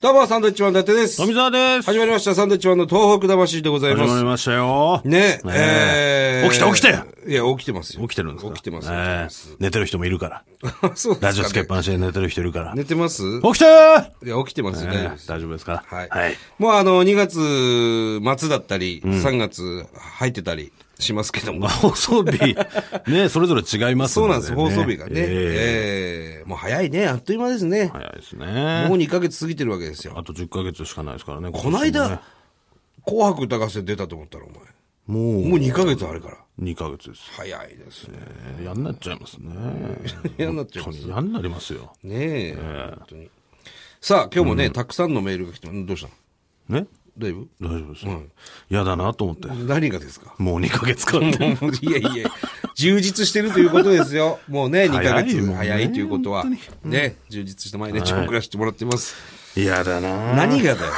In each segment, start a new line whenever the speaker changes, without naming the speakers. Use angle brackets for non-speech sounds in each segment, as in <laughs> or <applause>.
どうも、サンドイッチマン伊達です。
富澤です。
始まりました、サンドイッチマンの東北魂でございま。
始ますりましたよ。
ねえ、
え起きて起きて
いや、起きてますよ。
起きてるんですか
起きてます。
ええ寝てる人もいるから。
あ <laughs> そうですかね
ラジオつけっぱなしで寝てる人いるから。
寝てますい
起きてー
や、起きてますよ、大丈夫
ええ
です。
大丈夫ですか
はい。
はい。
もうあの、2月末だったり、3月入ってたりしますけども。
放送
<laughs>
日、ね、それぞれ違います
そう
の
なん
で
です、放送日がね。
ええ
ええもう早いね、あっという間ですね。
早いです
もう
ね。
2ヶ月過ぎてるわけですよ。
あと10ヶ月しかないですからね。
この
今年もね
間、紅白歌合戦出たと思ったら、お前。も
も
う2ヶ月あれから。
う2ヶ月です。
早いですね。
ええ嫌になっちゃいますね。
嫌になっちゃいま
本
す
当に嫌になりますよ。
ねえ、本当に。さあ、今日もね、たくさんのメールが来てます、どうしたの
ね
だいぶ
大丈夫です
う
よ
ん。
嫌だなと思って。
何がですか <laughs>
もう2ヶ月かって。
もういやいや、充実してるということですよ。もうね、2ヶ
早いも
月
んね
早いということは、ね、充実した毎日を暮らしてもらってます。
嫌だな
何
<laughs>
がだよ。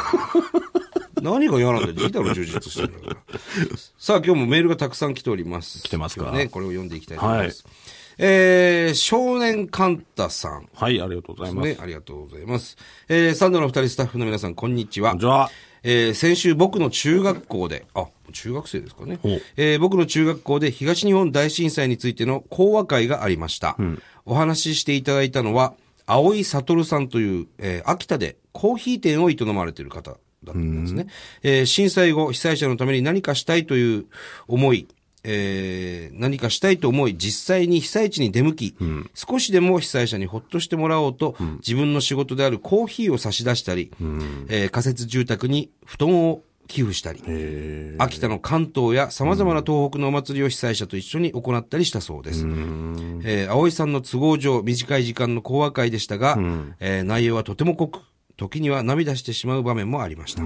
何が嫌なんだよ。いいだろ、充実してるんだから。さあ、今日もメールがたくさん来ております。来
てますか
ね、これを読んでいきたいと思います。えー、少年カンタさん。
はい、ありがとうございます。
ね、ありがとうございます。えー、サンドのお二人スタッフの皆さん、こんにちは。
こんにちは
えー先週僕の中学校で、あ、中学生ですかね
ほう。
えー僕の中学校で東日本大震災についての講話会がありました。お話ししていただいたのは、青井悟さんという、えー秋田でコーヒー店を営まれている方だったんですね。えー震災後、被災者のために何かしたいという思い、えー何かしたいと思い、実際に被災地に出向き、少しでも被災者にほっとしてもらおうと、自分の仕事であるコーヒーを差し出したり、えー仮設住宅に布団を寄付したり、秋田の関東や様々な東北のお祭りを被災者と一緒に行ったりしたそうです。えー、葵さんの都合上、短い時間の講話会でしたが、えー内容はとても濃く、時には涙してしまう場面もありました。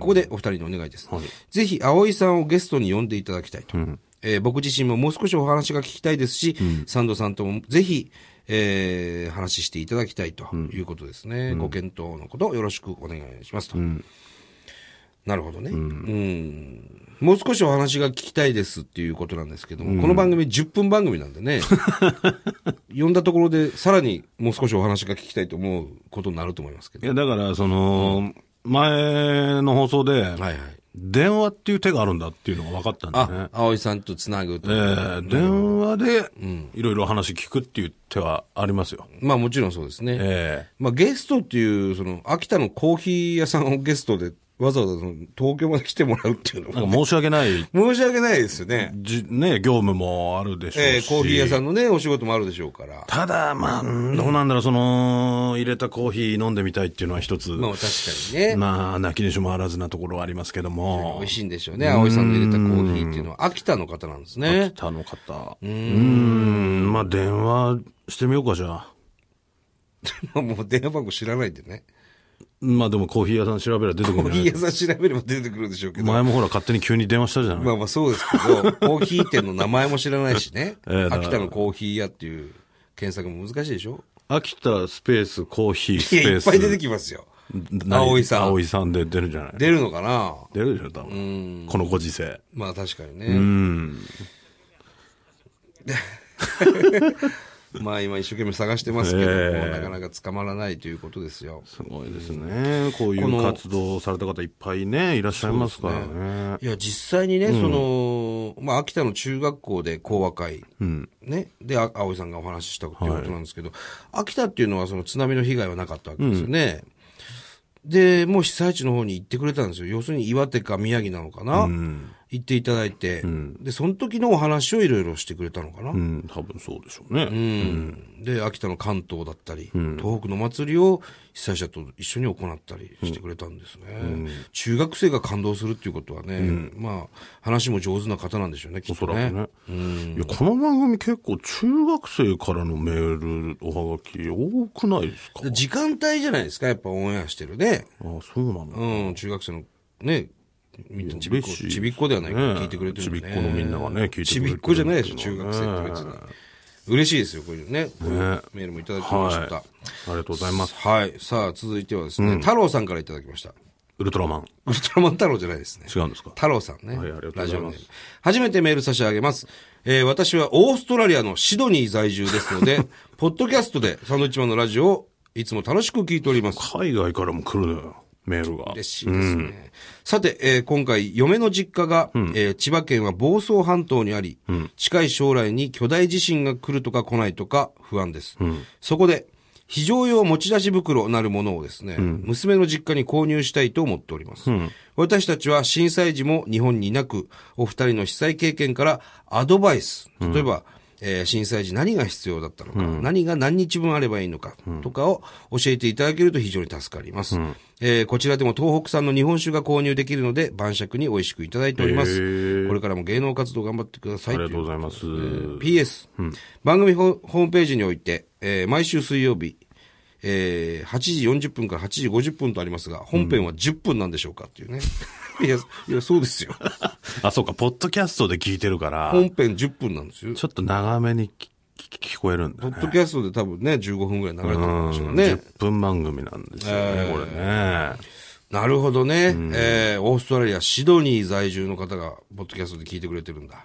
ここでお二人のお願いです。ぜひ、葵さんをゲストに呼んでいただきたいと。えー僕自身ももう少しお話が聞きたいですし、サンドさんともぜひ、えー話していただきたいということですね。ご検討のことをよろしくお願いしますと。なるほどね、うん。もう少しお話が聞きたいですっていうことなんですけども、この番組10分番組なんで <laughs> ね、呼んだところでさらにもう少しお話が聞きたいと思うことになると思いますけ
い
ど。
や、だから、その、前の放送で、
はいはい。
電話っていう手があるんだっていうのが分かったんで
あ
ね、。
葵さんとつなぐと
え。ー電話で、いろいろ話聞くっていう手はありますよ。
まあもちろんそうですね。
え
まあゲストっていう、その、秋田のコーヒー屋さんをゲストでわざわざその東京まで来てもらうっていうの
えな
は、
んか申し訳ない、
申し訳ないですよね。
じね、業務もあるでしょうし。
えーコーヒー屋さんのね、お仕事もあるでしょうから。
ただ、まあ、どうなんだろう、その、入れたコーヒー飲んでみたいっていうのは一つ、
まあ確かにね。
まあ、泣きにしもあらずなところはありますけども
美味、しいんでしょうね。葵さんの入れたコーヒーっていうのは、秋田の方なんですね。
北の方。うーん、まあ、電話してみようか、じゃあ。
もう電話番号知らないんでね。
まあでもコーヒー屋さん調べれば出てくるん
コ
じ
ーヒ
ゃない
ー屋さん調べれば出てくるでしょうけど。
前もほら勝手に急に電話したじゃない、
まあまあそうですけど、コーヒー店の名前も知らないしね。
<laughs> ええだから
秋田のコーヒー屋っていう検索も難しいでしょ
秋田スペースコーヒース
い
ペ
や、い
ー
っ
ス。
ぱい出てきますよ。
何
葵さん
葵さんで出るんじゃない
出るのかな
出るでしょ、多分。このご時世。
まあ確かにね。まあ今一生懸命探してますけども、
ええ
なかなか捕まらないということですよ。
すごいですね。こうい
この
う活動をされた方いっぱいね、いらっしゃいますからね。
いや、実際にね、その、まあ、秋田の中学校で講和会、ね、で、あ葵さんがお話ししたっていうことなんですけど、秋田っていうのはその津波の被害はなかったわけですよね。で、もう被災地の方に行ってくれたんですよ。要するに岩手か宮城なのかな、行っていただいて、で、その時のお話をいろいろしてくれたのかな、
うん、多分そうでしょうね。
うんで、秋田の関東だったり、東北の祭りを被災者と一緒に行ったりしてくれたんですね。中学生が感動するっていうことはね、まあ、話も上手な方なんでしょうね、き
お
っ
そ
とね。
らくね。いや、この番組結構中学生からのメール、おはがき多くないですか
で時間帯じゃないですか、やっぱオンエアしてるね。
あ、そうなの
うん、中学生の、ね、みんなちびっこ
嬉しいです
ちびっこではないから
ね
聞いてくれてる
ちびっこのみんながね聞いてくれてる
ちびっこじゃないでしょ、中学生って別に。嬉しいですよ、こういうね。こういう
ね
メールもいただきました。
はい。ありがとうございます。
はい。さあ、続いてはですね、太郎さんからいただきました。
ウルトラマン。
ウルトラマン太郎じゃないですね。
違うんですか
太郎さんね。
はいありがとうご
ラ
ざいます
ジオネーム初めてメール差し上げます。えー
<laughs>
私はオーストラリアのシドニー在住ですので、ポッドキャストでサンドウィッチマンのラジオをいつも楽しく聞いております。
海外からも来るのよ、メールが。
嬉しいですね。さて、えー今回、嫁の実家が、えー千葉県は房総半島にあり、近い将来に巨大地震が来るとか来ないとか不安です。そこで、非常用持ち出し袋なるものをですね、娘の実家に購入したいと思っております。私たちは震災時も日本にいなく、お二人の被災経験からアドバイス、例えば、えー震災時何が必要だったのか、何が何日分あればいいのか、とかを教えていただけると非常に助かります、えーこちらでも東北産の日本酒が購入できるので、晩酌に美味しくいただいておりま
へ
す。
ー
これからも芸能活動頑張ってください
あ
とい
りがとうございます。
PS、番組ホホームページにおいて、えー毎週水曜日、えー8時40分から8時50分とありますが、本編は10分なんでしょうかって
<laughs>
いうね。いや、いや、そうですよ。
あ、そうか、ポッドキャストで聞いてるから、
本編10分なんですよ。
ちょっと長めにきき聞こえるんだ
ポ
ね。
ッドキャストで多分ね、15分ぐらい流れてる
うん
でしょうね。
10分番組なんですよね、これね。
なるほどね。えーオーストラリア、シドニー在住の方が、ポッドキャストで聞いてくれてるんだ。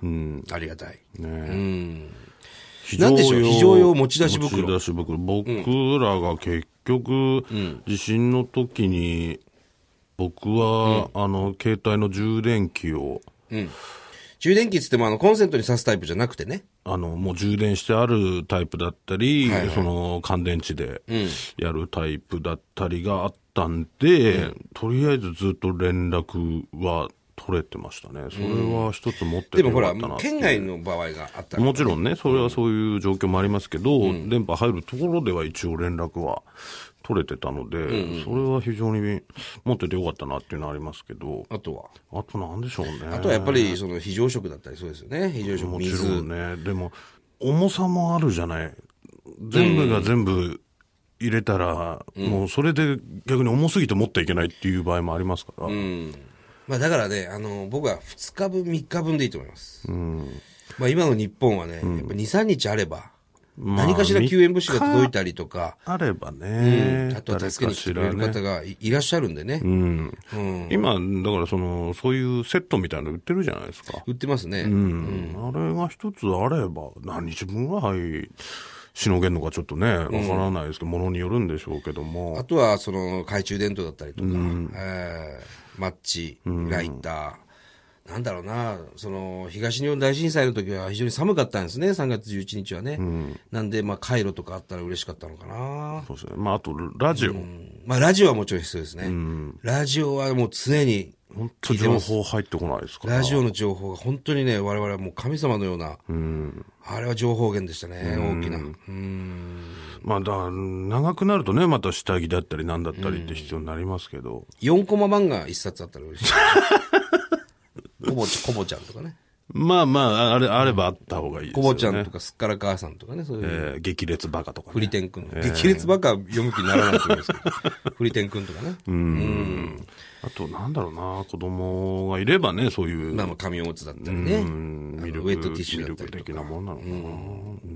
ありがたい。
非
なんでしょう非常用持ち出し袋
持ち出し袋僕らが結局、地震の時に、僕は、あの、携帯の充電器を、
充電器っつっても、あの、コンセントに挿すタイプじゃなくてね。
あの、もう充電してあるタイプだったり、
いはい
その乾電池でやるタイプだったりがあったんで、とりあえずずっと連絡は取れてましたね。それは一つ持ってて
で
よ
もほ
からったな、っていう
県外の場合があったら、
もちろんね、それはそういう状況もありますけど、電波入るところでは一応連絡は取れてたので、それは非常に持っててよかったなっていうのはありますけど、
あとは。
あとなんでしょうね。
あとはやっぱり、その、非常食だったりそうですよね。非常食、
もちろ
水
ん。ね、でも、重さもあるじゃない。全部が全部入れたら、もうそれで逆に重すぎて持っていけないっていう場合もありますから、
うん。まあだからね、あの、僕は2日分、3日分でいいと思います。まあ今の日本はね、やっぱ2、3日あれば、
まあ
何かしら救援物資が届いたりとか、
あればね、
あとは助けに来てくれる
誰かしらね
方がいいらっしゃるんでね。
うん今、だからその、そういうセットみたいなの売ってるじゃないですか。
売ってますね。
うん、あれが一つあれば、何日分ぐらいしのげんのかちょっとね、わからないですけど、も、の、によるんでしょうけども
あ、とは、その、懐中電灯だったりとか、えーマッチ、ライター、なんだろうな、その、東日本大震災の時は非常に寒かったんですね、3月11日はね。なんで、まあ、回路とかあったら嬉しかったのかな。
そうですね。まあ、あと、ラジオ。
うんまあ、ラジオはもちろん必要ですね。ラジオはもう常に、
本当情報入ってこないですから。
ラジオの情報が本当にね、我々はもう神様のような、あれは情報源でしたね、大きな。うん
まあ、だから長くなるとね、また下着だったりなんだったりって必要になりますけど。
4コマ漫画1冊あったら嬉し
<laughs>
い。コボちコボちゃんとかね。
まあまあ、あれ、あればあった方がいいです
コ
よね。
ボちゃんとかすっから母さんとかね、そういう、
えー激烈バカとか、ね。
フリテン君、激烈ばっか読む気にならないと思います
<laughs>
けど、フリテン君とかね。うん。
あと、なんだろうな、子供がいればね、そういう。
まあまあ、紙おむつだったりね。
うん
あの
魅力
ウェットティッシュだった
魅
り
力
と
的
か。
なものなのかな、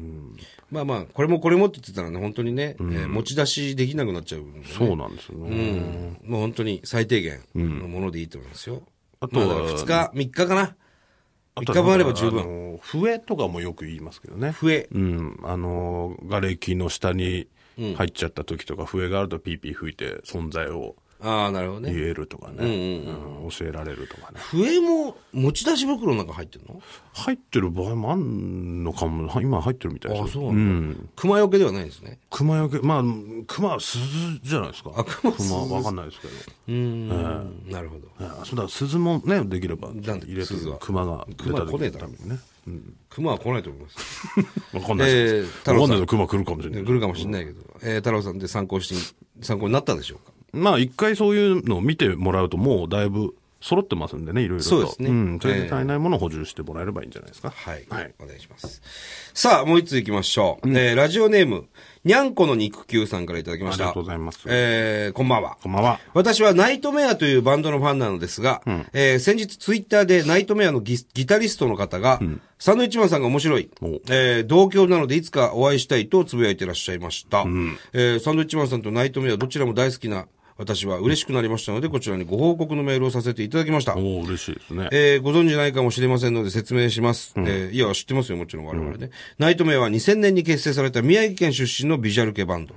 まあまあ、これもこれもって言ってたらね、本当にね、えー持ち出しできなくなっちゃうんでね、
そうなんですよね。
うん。もう本当に最低限のものでいいと思いますよ。
あとは
まだから2日、3日かな。
あ
3
と
日
は
分あれば十分。
分。笛とかもよく言いますけどね。
笛。
うん。あの、瓦礫の下に入っちゃった時とか、笛があるとピーピー吹いて存在を
ああ、なるほどね
言。えるとかね。うん教えられるとかね。
笛も持ち出し袋の中入ってるの
入ってる場合もあんのかも。は今入ってるみたいですよ。
あそう
う。
なん熊よけではないんですね。
熊よけ、まあ、熊は鈴じゃないですか。
あ熊は鈴
わかんないですけど。
うーん。なるほど。
あそうだ、鈴もね、できれば入
なんで
れて
鈴は
熊が出
熊来ね
た時
え
の
だ
た
ろ
めにね。うん
熊は来ないと思います。
わかんないです
えー
け
太
ど。
郎
わか
さ
ん
ん
ない熊来るかもしれない
来。るかもしれないけど。えー、太郎さんで参考して、参考になったでしょうか
まあ、一回そういうのを見てもらうと、もうだいぶ揃ってますんでね、いろいろと。
そうですね
ん。それで足りないものを補充してもらえればいいんじゃないですか。
はい。
はい。
お願いします。さあ、もう一つ行きましょう。えーラジオネーム、にゃんこの肉球さんからいただきました。
ありがとうございます
えーこんばんは。
こんばんは。
私はナイトメアというバンドのファンなのですが、えー先日ツイッターでナイトメアのギギタリストの方が、サンドイッチマンさんが面白い
お、
えー同郷なのでいつかお会いしたいとつぶやいてらっしゃいました、えーサンドイッチマンさんとナイトメアどちらも大好きな私は嬉しくなりましたので、こちらにご報告のメールをさせていただきました。
おお嬉しいですね。
えーご存知ないかもしれませんので説明します。えーいや、知ってますよ、もちろん我々ね。ナイトメアは2000年に結成された宮城県出身のビジュアル系バンド。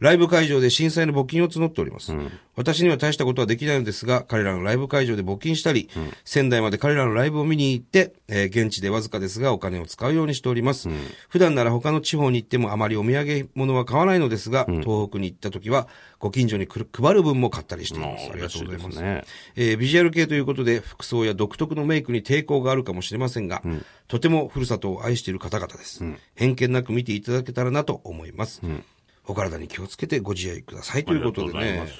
ライブ会場で震災の募金を募っております。私には大したことはできないのですが、彼らのライブ会場で募金したり、仙台まで彼らのライブを見に行って、えー現地でわずかですがお金を使うようにしております。普段なら他の地方に行ってもあまりお土産物は買わないのですが、東北に行った時はご近所にくる配る分も買ったりしています。ありがとうございます。
ね。
えービジュアル系ということで、服装や独特のメイクに抵抗があるかもしれませんが、とてもふるさとを愛している方々です。偏見なく見ていただけたらなと思います。お体に気をつけてご自愛くださいということで
ありが
ね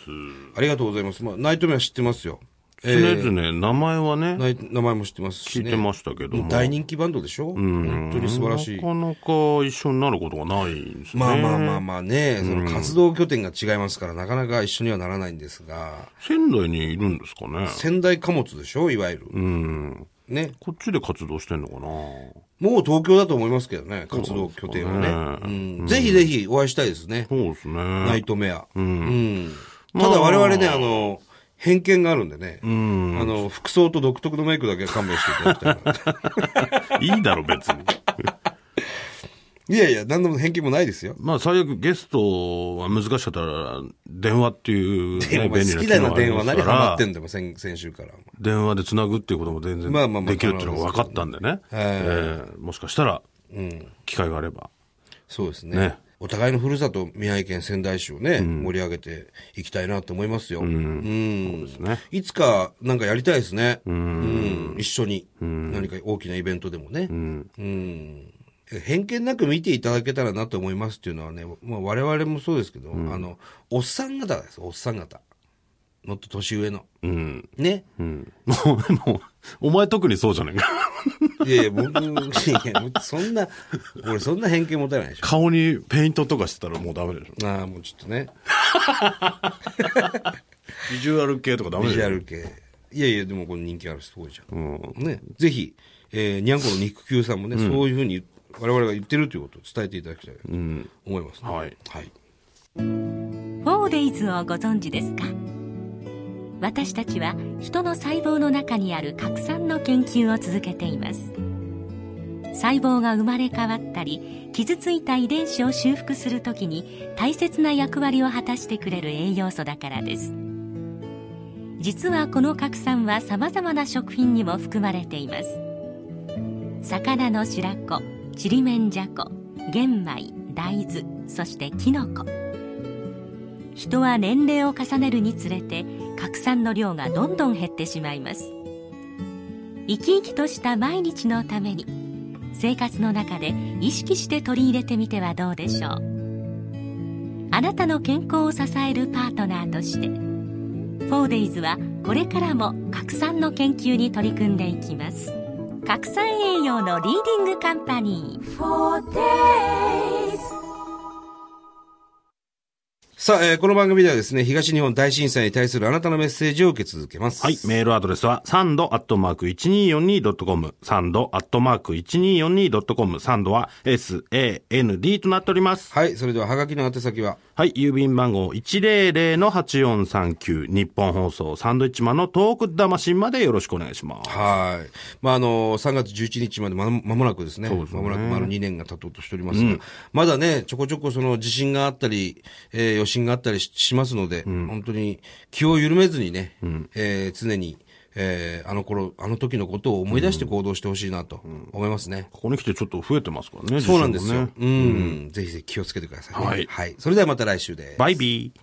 と。
ありがとうございます。まあ、ナイトメア知ってますよ。
常々名前はね、
ナイ名前も知ってますし
聞い
ね。
てましたけども。
大人気バンドでしょ本当に素晴らしい
な。かなか一緒になることがないんですね。
まあまあまあまあね、その活動拠点が違いますから、なかなか一緒にはならないんですが、
仙台にいるんですかね。
仙台貨物でしょいわゆる。
うん。
ね。
こっちで活動してんのかな
もう東京だと思いますけどね、活動拠点はね。
そう
うんぜひぜひお会いしたいですね、
そうですね。
ナイトメア。うんただ我々ね、あの、偏見があるんでね、あの、服装と独特のメイクだけは勘弁していただきたい <laughs> な。
いいだろ、別に。 <laughs>
いやいや、何の偏見もないですよ。
まあ、最悪ゲストは難しかったら、電話っていう、ね、
お前好き
機
だ
能
な、
があり
電
ま
話。
すか
何
ら
ハマってんだよ、先先週から。
電話で繋ぐっていうことも全然
まあまあまあ
できるっていうのが分かったんでね。ええもしかしたら、機会があれば。
そうですね。
ね
お互いのふるさと、宮城県仙台市をね、盛り上げていきたいなと思いますよ。うん
ですね。
いつかなんかやりたいですね。うん一緒に。何か大きなイベントでもね。うん偏見なく見ていただけたらなと思いますっていうのはね、まあ、我々もそうですけど、あの、おっさん方です、おっさん方。もっと年上の。
うん。
ね。
うん。もう、もう、お前特にそうじゃないか。
いやいや、僕、いやそんな、俺そんな偏見持たないでしょ。
顔にペイントとかしてたらもうダメでしょ。
ああ、もうちょっとね、
ビジュアル系とかダメ
ビ
で
ジ
し
ュア
ょ。
ル系。いやいや、でもこれ人気ある人多いじゃん。
うん。
ね、ぜひ、えー、にゃんこの肉球さんもね、そういうふうに我々が言ってるということを伝えていただきたいと思いますね、
はい。
はい。
フォーデイズをご存知ですか私たちは人の細胞の中にある核酸の研究を続けています細胞が生まれ変わったり傷ついた遺伝子を修復するときに大切な役割を果たしてくれる栄養素だからです実はこの核酸は様々な食品にも含まれています魚の白子ちりめんじゃこ玄米大豆そしてきのこ人は年齢を重ねるにつれて核酸の量がどんどん減ってしまいます生き生きとした毎日のために生活の中で意識して取り入れてみてはどうでしょうあなたの健康を支えるパートナーとしてフォーデイズはこれからも核酸の研究に取り組んでいきます核酸栄養のリーディングカンパニー
さあ、えーこの番組ではですね、東日本大震災に対するあなたのメッセージを受け続けます。
はい。メールアドレスは、サンドアットマーク 1242.com。サンドアットマーク 1242.com。サンドは SAND となっております。
はい。それでは、はがきの宛先は、
はい。郵便番号100-8439。日本放送サンドイッチマンのトーク魂までよろしくお願いします。
はい。まあ、あの、3月11日までままもなくですね。まもなく丸2年が経とうとしておりますが、まだね、ちょこちょこその地震があったり、えー余震があったりししますので、本当に気を緩めずにね、えー常に、えーあの頃、あの時のことを思い出して行動してほしいなと思いますね。
ここに来てちょっと増えてますからね。
そうなんです
地震も
よ
ね。
うん。ぜひぜひ気をつけてくださいね、
はい
はい。それではまた来週です。
バイビー。